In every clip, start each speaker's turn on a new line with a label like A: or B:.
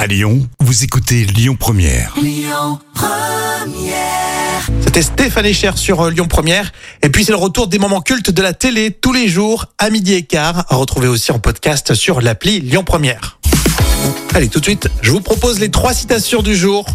A: À Lyon, vous écoutez Lyon Première.
B: C'était Stéphane Echer sur euh, Lyon Première. Et puis c'est le retour des moments cultes de la télé tous les jours à midi et quart. À retrouver aussi en podcast sur l'appli Lyon Première. Allez, tout de suite, je vous propose les trois citations du jour.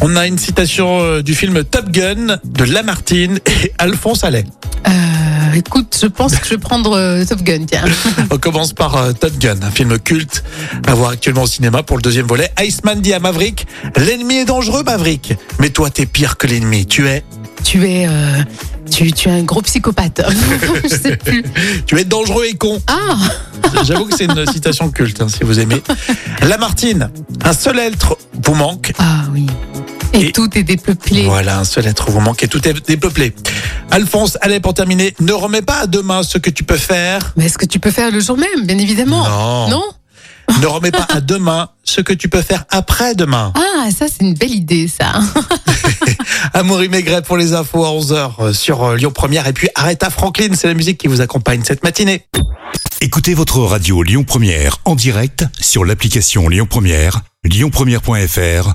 B: On a une citation euh, du film Top Gun de Lamartine et Alphonse Allais.
C: Euh, écoute, je pense que je vais prendre euh, Top Gun, tiens.
B: On commence par euh, Top Gun, un film culte à voir actuellement au cinéma pour le deuxième volet. Iceman dit à Maverick, l'ennemi est dangereux Maverick, mais toi t'es pire que l'ennemi, tu es,
C: Tu es, euh, tu, tu es un gros psychopathe. je sais plus.
B: tu es dangereux et con.
C: Ah,
B: J'avoue que c'est une citation culte, hein, si vous aimez. Lamartine, un seul être vous manque.
C: ah oui. Et,
B: Et-
C: tout est dépeuplé.
B: Voilà, un seul être vous manque et tout est dépeuplé. Alphonse, allez, pour terminer, ne remets pas à demain ce que tu peux faire.
C: Mais est-ce que tu peux faire le jour même, bien évidemment
B: Non. Ne remets pas à demain ce que tu peux faire après demain.
C: Ah, ça c'est une belle idée, ça.
B: Amaury Maigret pour les infos à 11h sur euh, Lyon Première. Et puis Aretha Franklin, c'est la musique qui vous accompagne cette matinée.
A: Écoutez votre radio Lyon Première en direct sur l'application Lyon Première, lyonpremière.fr